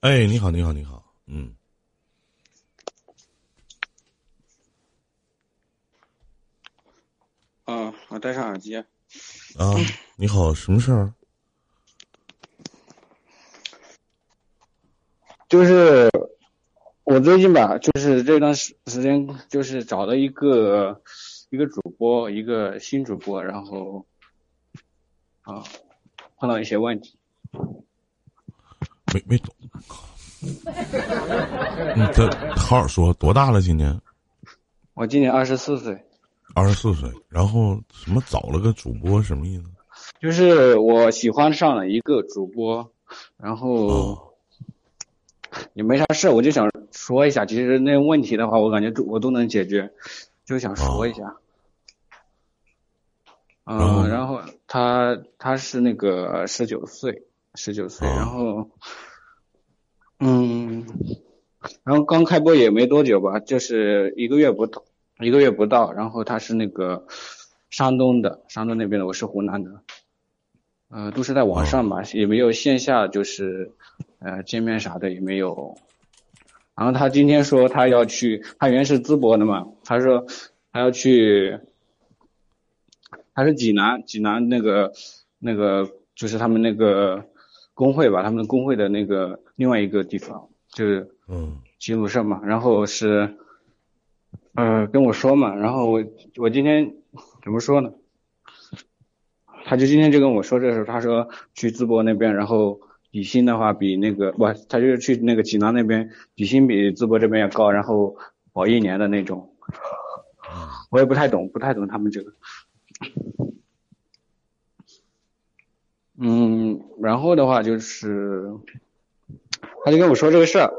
哎，你好，你好，你好，嗯，嗯，我戴上耳机。啊，你好，什么事儿？就是我最近吧，就是这段时时间，就是找了一个一个主播，一个新主播，然后啊碰到一些问题。没没懂。 嗯，这好好说，多大了？今年我今年二十四岁，二十四岁，然后什么找了个主播，什么意思？就是我喜欢上了一个主播，然后哦，也没啥事，我就想说一下。其实那问题的话，我感觉都我都能解决，就想说一下。哦嗯、然后呢然后他他是那个十九岁，十九岁，哦然后，嗯，然后刚开播也没多久吧，就是一个月不到，一个月不到。然后他是那个山东的，山东那边的，我是湖南的，呃，都是在网上嘛，也没有线下，就是呃见面啥的也没有。然后他今天说他要去，他原是淄博的嘛，他说他要去，他是济南，济南那个那个就是他们那个工会吧，他们的工会的那个另外一个地方，就是嗯，齐鲁社嘛，然后是，呃，跟我说嘛，然后我我今天怎么说呢？他就今天就跟我说这事儿，他说去淄博那边，然后底薪的话比那个不，他就是去那个济南那边，底薪比淄博这边要高，然后保一年的那种。我也不太懂，不太懂他们这个。嗯，然后的话就是，他就跟我说这个事儿，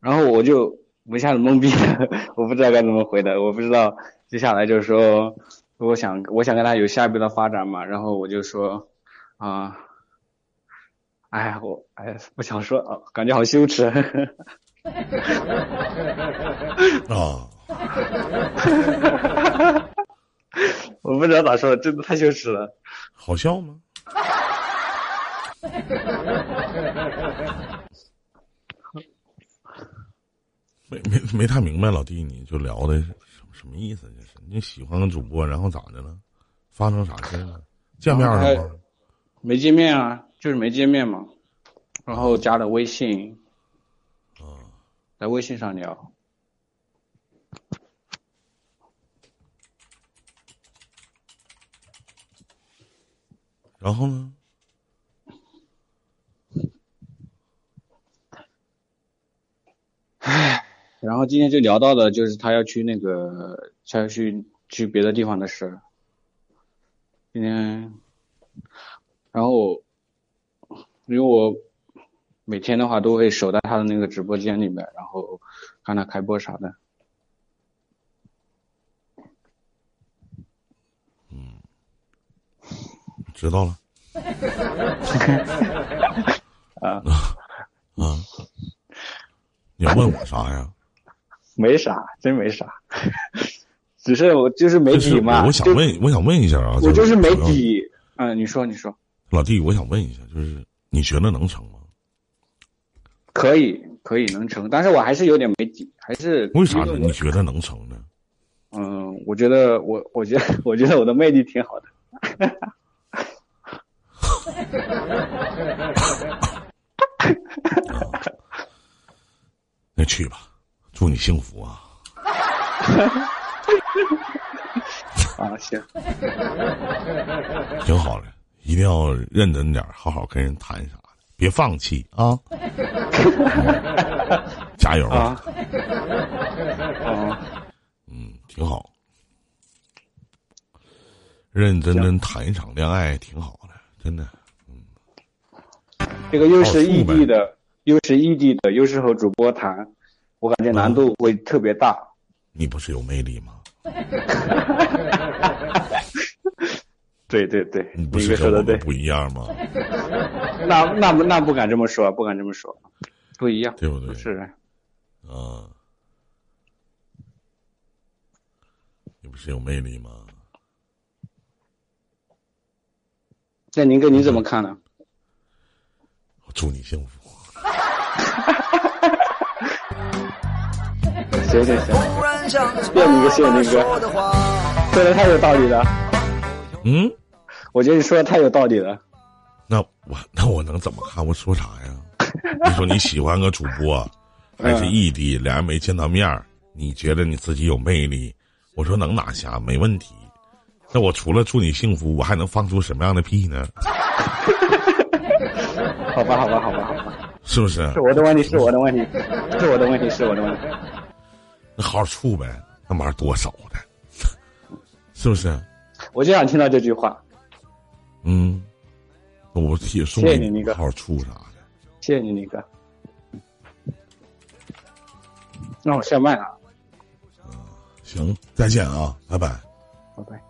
然后我就我一下子懵逼了， 我不知道该怎么回答，我不知道接下来就是说，我想我想跟他有下一步的发展嘛，然后我就说啊，哎呀，我哎不想说，啊感觉好羞耻。 啊，我不知道咋说，真的太羞耻了。好笑吗？ 没没没太明白，老弟，你就聊的是什么什么意思？这是你喜欢个主播，然后咋的了？发生啥事儿了？见面了吗？没见面啊，就是没见面嘛。然后加了微信，啊，在微信上聊。然后呢？然后今天就聊到的就是他要去那个，他要去去别的地方的事儿。今天，然后因为我每天的话都会守在他的那个直播间里面，然后看他开播啥的。知道了。 啊 啊！你要问我啥呀？没啥，真没啥， 只是我就是没就是底嘛。我想就，问，我想问一下啊，我就是没主要底。嗯，你说，你说。老弟，我想问一下，就是你觉得能成吗？可以，可以能成，但是我还是有点没底，还是为啥呢？因为你我觉得能成呢？嗯，我觉得我，我觉得，我觉得我的魅力挺好的。那去吧，祝你幸福啊！啊，行，挺好的，一定要认真点儿，好好跟人谈啥的，别放弃 啊！加油啊！，啊，嗯，挺好，认认真真谈一场恋爱挺好的，真的。这个又哦是异父辈地的，又是异地的，又是和主播谈，我感觉难度会特别大。你不是有魅力吗？对对对，你不你是说跟我的们对，不一样吗？那那不那不敢这么说，不敢这么说，不一样，对不对？是，啊，你不是有魅力吗？那您哥你怎么看呢？我祝你幸福。行行行，变你个谢那个，说的太有道理了，嗯，我觉得你说的太有道理了。那我那我能怎么看？我说啥呀？你说你喜欢个主播，还嗯是异地，俩人没见到面儿你觉得你自己有魅力？我说能拿下，没问题。那我除了祝你幸福，我还能放出什么样的屁呢？好吧，好吧，好吧，好吧，是不是是？我的问题，是我的问题，是我的问题，是我的问题。那好好处呗，那玩意儿多少的，是不是？我就想听到这句话，嗯，那我也送谢给谢你那个好好处啥的。谢谢你，尼哥。那我下麦了，行，再见啊，拜拜。拜拜。